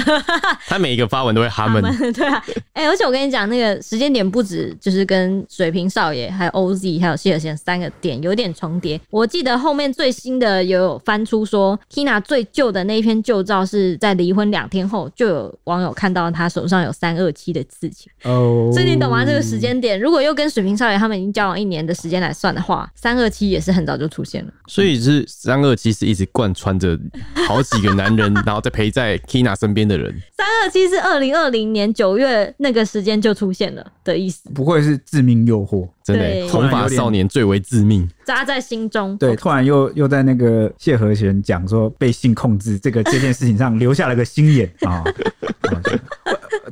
他每一个发文都会他们，
(laughs) 对啊，哎、而且我跟你讲，那个时间点不止就是跟水瓶少爷、还有 OZ、还有谢尔贤三个点有点重叠。我记得后面最新的也有翻出说，Tina 最旧的那一篇旧照是在离婚两天后，就有网友看到他手上有三二七的字情。
哦，
所以你懂吗？这个时间点，如果又跟水瓶少爷他们已经交往一年的时间来算的话，三二七也是很早就出现了。
所以是三二七是一直贯穿着好几个男
(laughs)
人，然后再陪在 Kina 身边的人。
三二七是二零二零年九月那个时间就出现了的意思，
不愧是致命诱惑。
真的
对
欸，红发少年最为致命。
扎在心中。
对，突然又又在那个谢和弦讲说被性控制这个这件事情上留下了个心眼啊、啊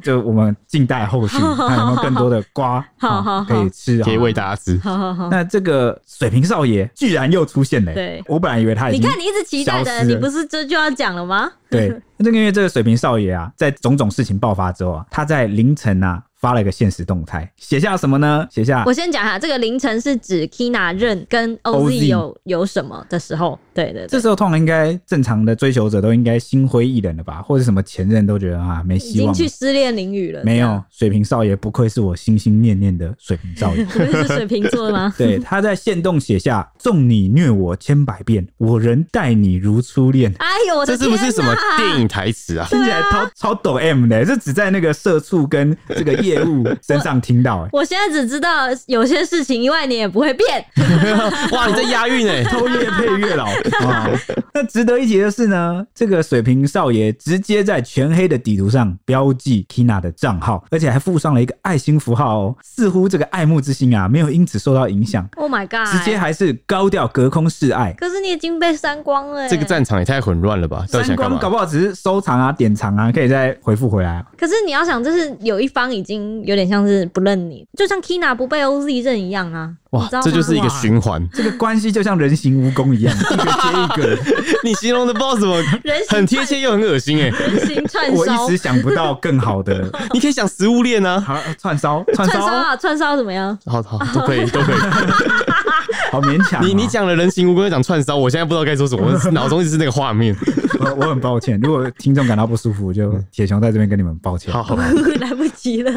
就就我们静待后续，看有没有更多的瓜
好好好
啊可以吃，
可以喂
啊。
大家吃。
好好好，
那这个水瓶少爷居然又出现了、
对
我本来以为他已
你
经
看你一直期待
消
的，
失
你
了
不是这就要讲了吗？
对，那这个因为这个水瓶少爷啊，在种种事情爆发之后啊，他在凌晨啊发了一个现实动态，写下什么呢？写下
我先讲哈，这个凌晨是指 Kina 认跟
OZ
OZ 有有什么的时候，对对
这
对，
时候通常应该正常的追求者都应该心灰意冷了吧，或者什么前任都觉得啊没
已
希
经
望了
去。失恋淋雨了，
没有，水瓶少爷不愧是我心心念念的水瓶少爷。？
这样，不会是水瓶座的吗
(laughs) 对，他在线动写下“纵你虐我千百遍，我仍待你如初恋
哎呦，我的
这是
天
不是什么
哪 (laughs)
电影台词啊”，？
听起来超超抖 M 的，这只在那个社畜跟这个业务身上听到、欸，
我现在只知道有些事情以外你也不会变，
哇，你在押韵
(laughs)
哎、
偷夜配月老啊！那值得一提的是呢，这个水瓶少爷直接在全黑的地图上标记 Tina 的账号，而且还附上了一个爱心符号哦。似乎这个爱慕之心啊，没有因此受到影响，
Oh my god！
直接还是高调隔空示爱。
可是你已经被删光了、欸，
这个。战场也太混乱了吧？到底
三
想干
光
嘛
搞？不好只是收藏啊、典藏啊，可以再回复回来啊。
可是你要想，就是有一方已经有点像是不认你，就像 Kina 不被 OZ 认一样啊。你
哇
知道，吗
这就是一个循环。
这个关系就像人形蜈蚣一样，一个接一个。
(laughs) 你形容的不知道怎么
人形
很贴切又很恶心哎、
人形串
我
烧
一，直想不到更好的
你可以想食物链啊，
好串烧，串
串烧
烧
啊，串烧怎么样？
好好都可以都可以。
好勉强哦。
你你讲了人形蜈蚣又讲串烧，我现在不知道该说什么，我脑中一直是那个画面。
我我很抱歉，如果听众感到不舒服，就铁熊在这边跟你们抱歉。
好，好，
(laughs) 来不及
(laughs)
了，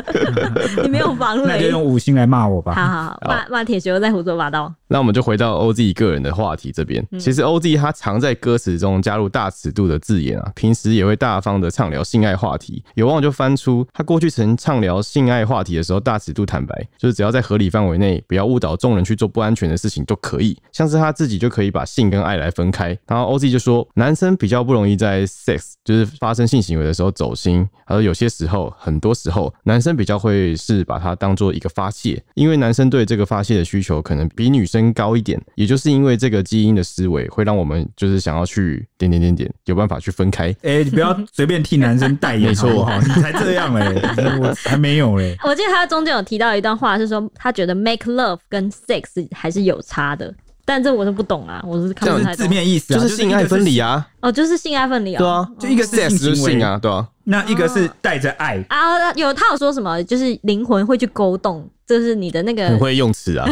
你没有防
那就
雷
用。五星来骂我
好
吧。
好好，骂骂铁球在胡说八道。
那我们就回到 OZ 个人的话题这边。其实 OZ 他常在歌词中加入大尺度的字眼啊，平时也会大方的畅聊性爱话题。有网友就翻出他过去曾畅聊性爱话题的时候，大尺度坦白，就是只要在合理范围内，不要误导众人去做不安全的事情都可以。像是他自己就可以把性跟爱来分开。然后 OZ 就说，男生比较不容易在 sex 就是发生性行为的时候走心，还有有些时候，很多时候男生比较会是把它当做一个发泄，因为男生对这个发泄的需求可能比女生高一点，也就是因为这个基因的思维会让我们就是想要去点点点点，有办法去分开。
哎、你不要随便替男生代言
没
好
错
不好？你才这样嘞、我还没有嘞、
我记得他中间有提到一段话，是说他觉得 make love 跟 sex 还是有差的，但这我是不懂啊，我是看
这
不
样
太
字
懂。
面意思、啊、
就是性爱分离
啊，
啊，
哦，就是性爱分离啊。
对啊，
就一个是
sex 就是
行为
性啊，对啊，
那一个是带着
(laughs)
爱。
啊，有他有说什么，就是灵魂会去勾动，就是你的那个
很。会用词 (laughs) 啊，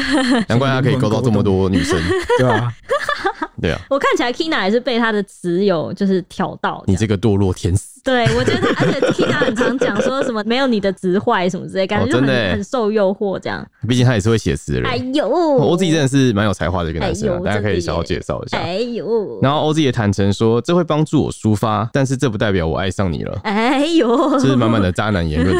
难怪他可以勾到这么多女生。
对吧？
对啊，
我看起来 Kina 也是被他的词有就是挑到这
你
样，
这个堕落天使，
对我觉得他，而且 Kina 很常讲说什么没有你的词坏什么之类，感觉就
哦真
很、
的耶
很受诱惑这样。
毕竟他也是会写词的
哎
人。
呦，
我自己哦真的是蛮有才华的一个男生
哎
啊，
呦
大家可
真
以
的耶
稍微介绍一下。
哎呦，
然后 OZ 也坦诚说，这会帮助我抒发，但是这不代表我爱上
(laughs)
你了。
哎呦， (laughs)
这是满满的渣男言论。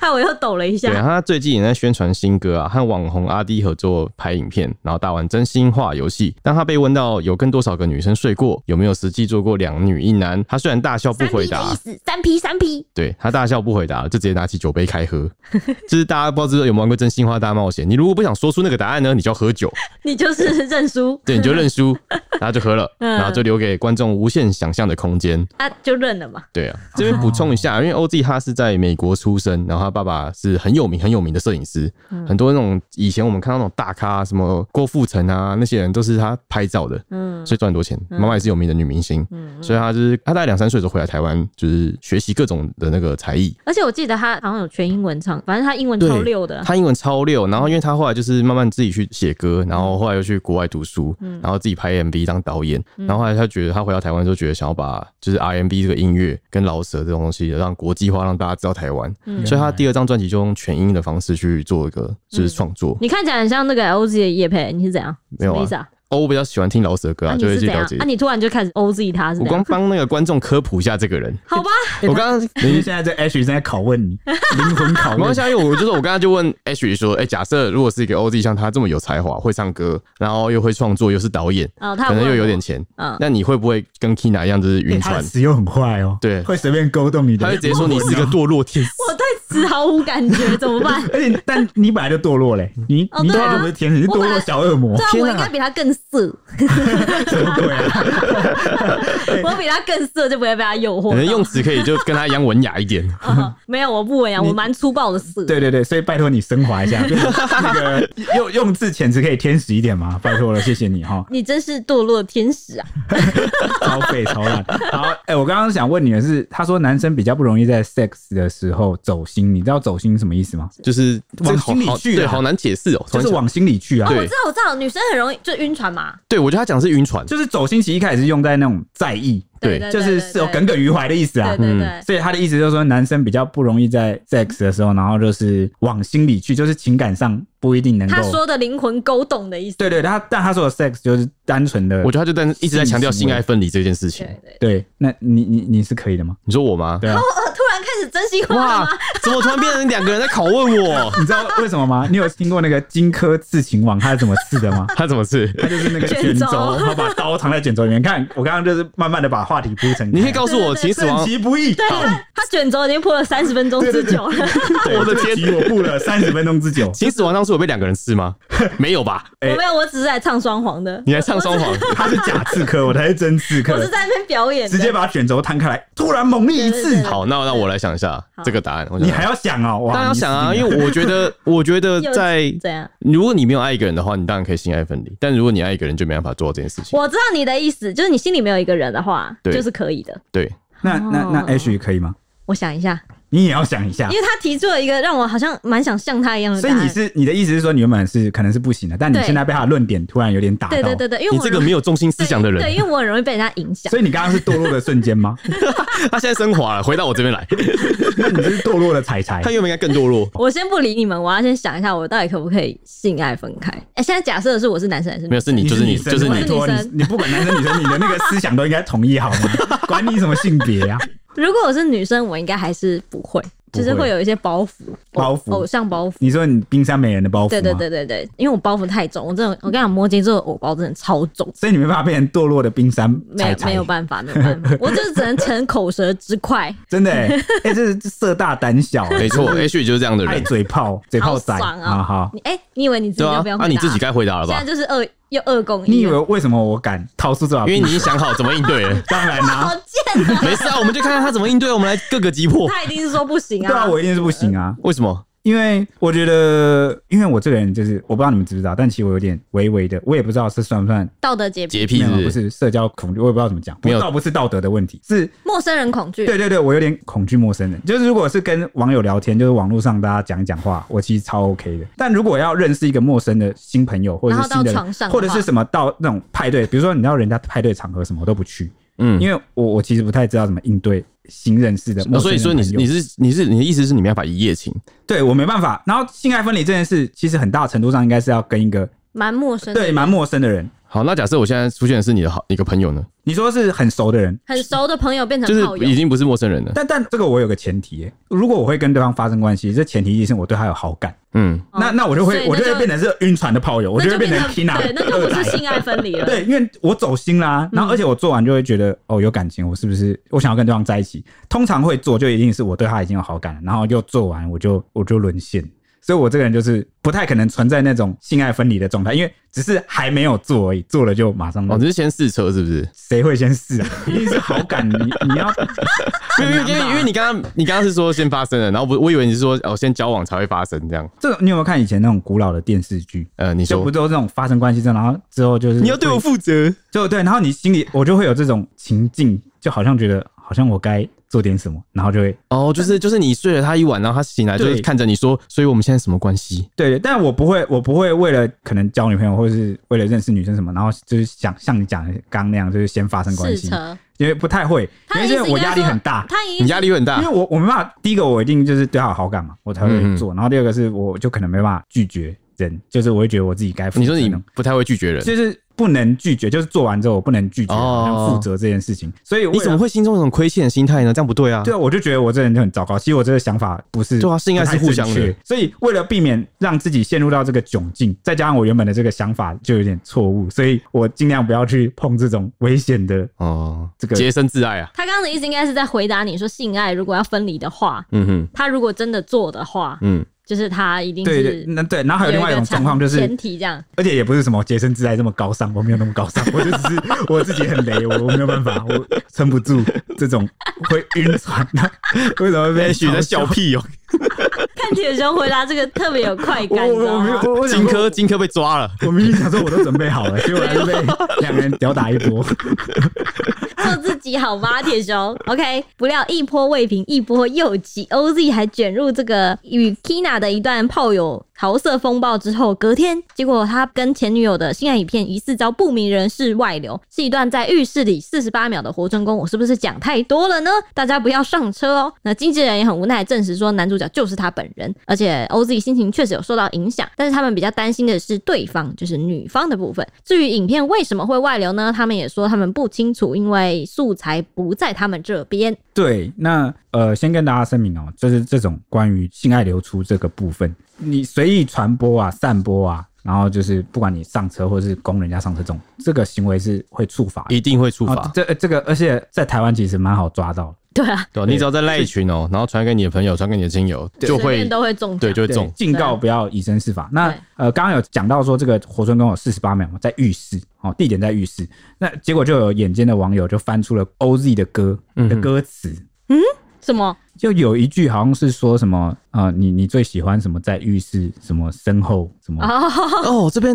害我又抖了一
对，
下。
他最近也在宣传新歌啊，和网红阿 D 合作拍影片，然后打完真心话游戏。当他被问到有跟多少个女生睡过，有没有实际做过两女一男，他虽然大笑不
三 P
啊回
的
答
意，思，三 P 三 P，
对他大笑不回答，就直接拿起酒杯开喝。 (laughs) 就是大家不知道有没有玩过真心话大冒险，你如果不想说出那个答案呢，你就要喝酒。
你就是 (laughs) 认输
对，你就认
(laughs)
输，然后就喝了，
嗯
然后就留给观众无限想象的空间。
啊，就认了嘛。
对啊，这边补充一下，因为 OZ 他是在美国出生，然后他爸爸是很有名很有名的摄影师，
嗯
很多那种以前我们看到那种大咖，什么郭富城啊那些人都是他拍照的，
嗯
所以赚很多钱。妈妈也是有名的女明星，所以他就是他大概两三岁的时候回来台湾，就是学习各种的那个才艺。
而且我记得他好像有全英文唱，反正他英文超溜的。啊
他英文超溜，然后因为他后来就是慢慢自己去写歌，然后后来又去国外读书，
嗯
然后自己拍 MV 当导演，然后后来他觉得他回到台湾之后，觉得想要把就是 RMB 这个音乐跟饶舌这种东西让国际化，让大家知道台湾，
嗯
所以他第二张专辑就用全英的方式去做一个就是创作，
你看起来很像那个 OZ 的叶佩，你是怎样？
没有
什么
啊
意思啊？
哦，我比较喜欢听饶舌歌啊，
啊，你
就会
是
去
怎样
了解。？
啊，你突然就开始 OZ 他是怎
我光
样？
帮那个观众科普一下这
(laughs)
个人，
好吧，
我刚刚
因为现在这 H 正在拷
(laughs)
问你，灵魂拷
没关
问
系，。啊因为哎我就是我刚刚就问 H 说，哎、假设如果是一个 OZ 像他这么有才华，会唱歌，然后又会创作，又是导演，
哦，他
可能
问
又有
我
点钱，
嗯
那你会不会跟 Kina 一样就是晕
欸他
船
的？词又很坏哦，
对
会随便勾动你的，
他会直接说你是个堕落
(laughs)
天使。
我对此毫无感觉，怎么
(laughs)
办？
而且，但你本来就堕落嘞，你
哦
你
对
本
啊
来就不是天使，你是
我
堕
本来
落小恶魔
对，啊，
天
我
啊
应该比他更色，
什么鬼啊？
我比他更色就不会被他诱惑
可
到。
能用词可以就跟他一样文雅一
(laughs)
点，
嗯没有，我不文雅，
(laughs)
我蛮粗暴的色。
对对对，所以拜托你升华一下，就是那个用用字遣词可以天使一点嘛，拜托了，谢谢你
(laughs)
哈，
你真是堕落天使啊！
超废超烂。好，哎、我刚刚想问你的是，他说男生比较不容易在 sex 的时候走心，你知道走心什么意思吗？
就是这个好
往心里
好
去啊
对，好难解释哦。突
就是
然想
往心里去啊，
我
对
知道，我知道，女生很容易就晕船嘛。
对，我觉得他讲的是晕船，
就是走心其实一开始是用在那种在意，
对
对
对
就是是有耿耿于怀的意思啊
对。对对，
所以他的意思就是说，男生比较不容易在 sex 的时候，然后就是往心里去，就是情感上不一定能够。
他说的灵魂勾动的意思。
对对，他但他说的 sex 就是单纯的，
嗯
我觉得他就在一直在强调性爱分离这件事情
对。对，
对。那你你你是可以的吗？
你说我吗？
对啊，
我突然开始真心话了 (laughs)
哇
吗？，
怎么突然变成两个人在拷问我？
你知道为什
(laughs)
么吗？你有听过那个荆轲刺秦王他是怎么刺的吗？
他怎么是？
他就是那个卷
卷
轴，
轴
他把刀藏在卷轴里面。看，我刚刚就是慢慢的把话题铺成。
你可以告诉我，
对
秦
对
始
正
皇，
其不易，
他卷轴已经铺了三十分钟之久了，
对
我的
(laughs) 这个
天
题我布了三十分钟之久。
秦始皇当初有被两个人刺吗？ (laughs) 没有吧？
对对对
我 (laughs) 没有，我只是在唱双簧的，
你还唱双簧？
他是假刺客，我才是真刺
我是
客，
在那边表演的，
直接把卷轴摊开来，突然猛力
对
一
对
刺
对。
好，那那我来想一下
好
这个答案。我想
你还要想哦，哇！
当然要
你死定
想啊，
了
因为我觉得，我觉
(laughs)
得
有
在
怎样？
如果你没有爱一个人的话，你当然可以性爱分离；但如果你爱一个人，就没办法做到这件事情。
我知道你的意思，就是你心里没有一个人的话，
对
就是可以的。
对，
那那那
哦
H 可以吗？
我想一下，
你也要想一下
因。为他提出了一个让我好像蛮想像他一样的
啊所
答
以
案。
你是你的意思是说，你原本是可能是不行的，但你
对
现在被他的论点突然有点打到。
对对对对，因为
你
我
这个
容
没有中心思想的人，
对，对因为我很容易被人家影响。
所以你刚刚是堕落的瞬
(laughs)
间吗？
(laughs) 他现在升华了，回到我这边来，
哎
那你就是堕落的彩彩
他。原本应该更堕落。
我先不理你们，我要先想一下，我到底可不可以性爱分开？哎、现在假设的是我是男生还是女
没有，是你，就是你，
生
就是
拜
你。
托
我是女
你
生，
你不管男生女生，你的那个思想都应该统一好吗？管你什么性别啊
(laughs)
呀、
如果我是女生，我应该还是不会，
不会
就是会有一些包袱，
包袱
偶偶像包袱。
你说你冰山美人的包袱吗？
对对。对对对，因为我包袱太重，我真的，我跟你讲，摩羯座的偶包真的超重，
所以你没办法变成堕落的冰山
没
彩
有
彩，
没有办法，没有办法，我就是只能逞口舌之快，
真
(laughs)
的哎、欸，哎、这是色大胆小、欸
没错，H 就是这样的
爱
人，
嘴炮，嘴炮仔，
好爽啊
好好。
你哎、你以哎为你自己
对
就
啊
不用？回答、
那你自己该回答了
现
吧
在？就是二又二公一了，
你以为为什么我敢掏出这把
因为
匕
你
首？。
已经想好怎么应对
(laughs)
了
当然啦、
好贱啊！
没事啊，我们就看看他怎么应对， (laughs) 我们来各个击破。
他一定是说不行啊，
对啊，我一定是不行啊，
为什么？
因为我觉得，因为我这个人就是，我不知道你们知不知道，但其实我有点微微的，我也不知道是算不算
道德洁癖，
洁癖是
没有
啊不
不
是？
是社交恐惧，我也不知道怎么讲，
没有
我倒不是道德的问题，是
陌生人恐惧，
对对对，我有点恐惧陌生人。就是如果是跟网友聊天，就是网络上大家讲一讲话，我其实超 OK 的。但如果要认识一个陌生的新朋友，或者
然后
是
到
新的
床
人，
上的
或者
话
是什么到那种派对，比如说你到人家派对场合什么我都不去，
嗯，
因为我我其实不太知道怎么应对新认识的
那
陌生
哦所
人
以说
朋友、
你是你是你是你的意思是你没办法一夜情，
对我没办法。然后性爱分离这件事，其实很大程度上应该是要跟一个
蛮陌生的，
对蛮陌生的人，
好，那假设我现在出现的是你的好一个朋友呢，
你说是很熟的人，
很熟的朋友变
就
成炮
是已
友，
经不是陌生人了。
但但这个我有个前提耶，如果我会跟对方发生关系，这前提就是我对他有好感，
嗯，
哦
那那我就
所
会
以
我就
那
会
就
变成是晕船的炮友，我
那
就
就
会变成 Tina
对，那就
二
不是
代
性爱分离了，
对，因为我走心啦，然后而且我做完就会觉得哦有感情，我是不是我想要跟对方在一起？通常会做就一定是我对他已经有好感了，然后又做完我就我就沦陷，所以我这个人就是不太可能存在那种性爱分离的状态，因为只是还没有做而已，做了就马上
哦，你是先试车是不是？
谁会先试啊？一定是好感，你你要 (laughs)
因 (laughs) 为因为因为因为你刚刚你刚刚是说先发生了，然后我我以为你是说哦先交往才会发生这样。
这种你有没有看以前那种古老的电视剧？
呃，你
就
说
不都这种发生关系之后，然后之后就是
你要对我负责，
就对，然后你心里我就会有这种情境，就好像觉得好像我该做点什么，然后就会
哦，就是就是你睡了他一晚，然后他醒来就
对
是看着你说，所以我们现在什么关系？
对，但我不会，我不会为了可能交女朋友或者是为了认识女生什么，然后就是想像你讲的刚那样，就是先发生关
试
系，
车，
因为不太会，
他
因
的
为
意思
因为我压力
应该说啊
很
(laughs)
大。
他已
你
经
压力会很
因为
大，
我我没办法，第一个我一定就是对他有好感嘛，我才
嗯
会做。然后第二个是我就可能没办法拒绝人，就是我会觉得我自己该负责
你说你
那种
不太会拒绝人，
就是不能拒绝，就是做完之后我不能拒绝，
哦
好像负责这件事情。所以为
你
了
怎么会心中有种亏欠的心态呢？这样不对啊。
对啊，我就觉得我这人就很糟糕。其实我这个想法不是
对啊是应该是互相的
不太正确所以为了避免让自己陷入到这个窘境，再加上我原本的这个想法就有点错误，所以我尽量不要去碰这种危险的。
哦，
这个
洁身自爱啊，
他刚刚的意思应该是在回答你说性爱如果要分离的话，
嗯哼，
他如果真的做的话，
嗯，
就是他一定是
对对，那对，然后还有另外一种
个
状况就是
前，提这样，
而且也不是什么洁身自爱这么高尚，我没有那么高尚， (laughs) 我就只是我自己很雷，我我没有办法，我撑不住这种会晕船的。为什么被
也许在笑屁 (laughs) 哦，
看铁熊回答这个特别有快
(laughs) 我
感，你知
我
道
我没有
吗？
我我想
荆 (laughs)
说
轲荆轲被抓了，
我明明想说我都准备好了，结果还是被两个人屌打一波。
(laughs) 做自己好吗，铁熊？OK，不料一波未平，一波又起，OZ 还卷入这个与 Tina 的一段炮友桃色风暴之后，隔天结果他跟前女友的性爱影片疑似遭不明人士外流，是一段在浴室里四十八秒的活春宫。我是不是讲太多了呢？大家不要上车哦。那经纪人也很无奈，证实说男主角就是他本人，而且 OZ 心情确实有受到影响，但是他们比较担心的是对方，就是女方的部分。至于影片为什么会外流呢？他们也说他们不清楚，因为素材不在他们这边。
对，那呃，先跟大家声明哦，就是这种关于性爱流出这个部分，你随意传播啊、散播啊，然后就是不管你上车或者是供人家上车这种，这个行为是会触法的。
一定会触
哦
发。
这这个，而且在台湾其实蛮好抓到的。
对啊，
对，你只要在赖群哦，然后传给你的朋友，传给你的亲友，就
随便
会
都会中
对
奖。
就会
对
中。
警告不要以身试法。那
对
呃，刚刚有讲到说这个活春宫有四十八秒嘛，在浴室哦，地点在浴室。那结果就有眼尖的网友就翻出了 OZ 的歌
嗯
的歌词，
什么？
就有一句好像是说什么呃，你你最喜欢什么在浴室什么身后什么。
(laughs) 哦，
哦，这边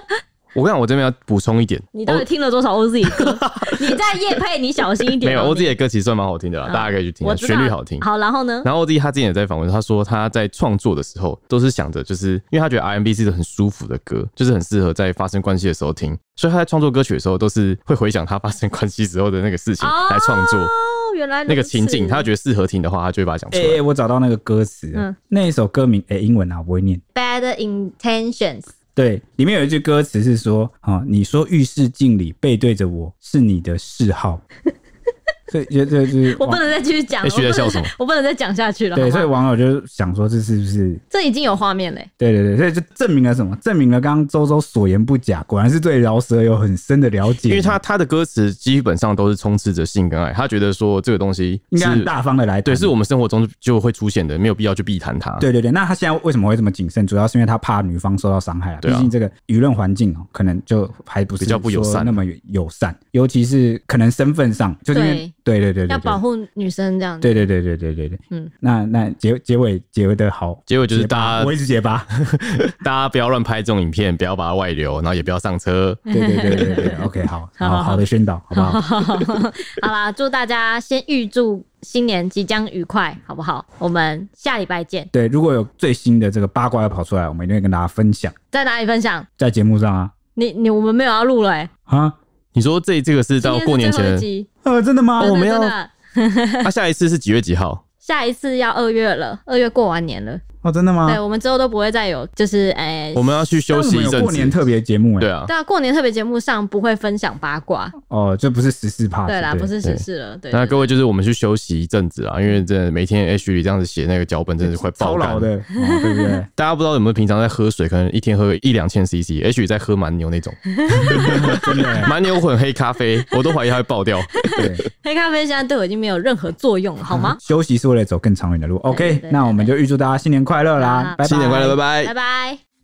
(laughs) 我跟你讲，我这边要补充一点，
你到底听了多少
(laughs)
OZ 的歌？你在夜配，你小心一点
没
哦。
有 OZ
你
的歌其实算蛮好听的啦，大家可以去听
我
啊，
知道
旋律好听。
好，然后呢？
然后 OZ 他之前也在访问，他说他在创作的时候都是想着，就是因为他觉得 R&B 是一个很舒服的歌，就是很适合在发生关系的时候听，所以他在创作歌曲的时候都是会回想他发生关系之后的那个事情
哦
来创作、
原来如此
那个情景，他觉得适合听的话，他就会把它讲出
哎、
来。
哎我找到那个歌词了，
嗯
那一首歌名哎、英文啊，我不会念。
bad intentions。
对，里面有一句歌词是说：“啊、你说浴室镜里背对着我是你的
(laughs)
嗜好。”所以就就就是
我不能再继续讲了，
哎徐在
我不能
笑什么
我不能再讲下去了。
对，
好
所以
吗
网友就想说这是不是？
这已经有画面嘞。
对对对，所以就证明了什么？证明了刚刚周周所言不假，果然是对饶舌有很深的了解。
因为他他的歌词基本上都是充斥着性跟爱，他觉得说这个东西
应该很
是
大方的来谈
对，是我们生活中就会出现的，没有必要去避谈它。
对对对，那他现在为什么会这么谨慎？主要是因为他怕女方受到伤害啊。
对
毕
啊
竟这个舆论环境哦，可能就还不是
比较不友善
说那么友善，尤其是可能身份上，就是因为对对对对，
要
对
保护女生这样子，
对对对对对对对，
嗯
嗯，那那结结尾结尾的好，
结果就是
结巴
大家
我一直结巴，
(laughs)
大家不要乱拍这种影片，不要把它外流，然后也不要上车。
对对对对对，OK，好，
(laughs) 好
好好的宣导，好不好？
好啦，祝大家先预祝新年即将愉快，好不好？我们下礼拜见，
对，如果有最新的这个八卦要跑出来，我们一定会跟大家分享，
在哪里分享？
在节目上啊
你你我们没有要录了、欸，
啊
你说这这个是到过年
今是最后
前哦
一，
(laughs)
集，
呃，真的吗？
真
我
的
们要
真的，
他、下一次是几月几
(laughs)
号？
下一次要二月了，二月过完年了，
哦，真的吗？
对，我们之后都不会再有，就是哎。
啊我们要去
但
休
我
息
们
一
有
阵
过年
子。
特别节目哎，
对啊，
对啊，过年特别节目上不会分享八卦，
哦，这不是十四趴，
对啦，不是时
对
事了，对。
那
对
各位就是我们去休息一阵子啊，因为真的每天 H 里这样子写那个脚本，真的是快爆
超
肝
老。的，哦对不对？
大家不知道有没有平常在喝水，可能一天喝一两千 CC。H 在喝蛮牛那种，(laughs)
(laughs) 真的哎
蛮牛混黑咖啡，我都怀疑它会爆掉。
(laughs)
对，
黑咖啡现在对我已经没有任何作用了，好吗？
休息是为了走更长远的路。
对对
OK，
对
那我们就预祝大家新年快乐
对
啦
对，
拜拜，
新年快乐，拜拜
拜。拜。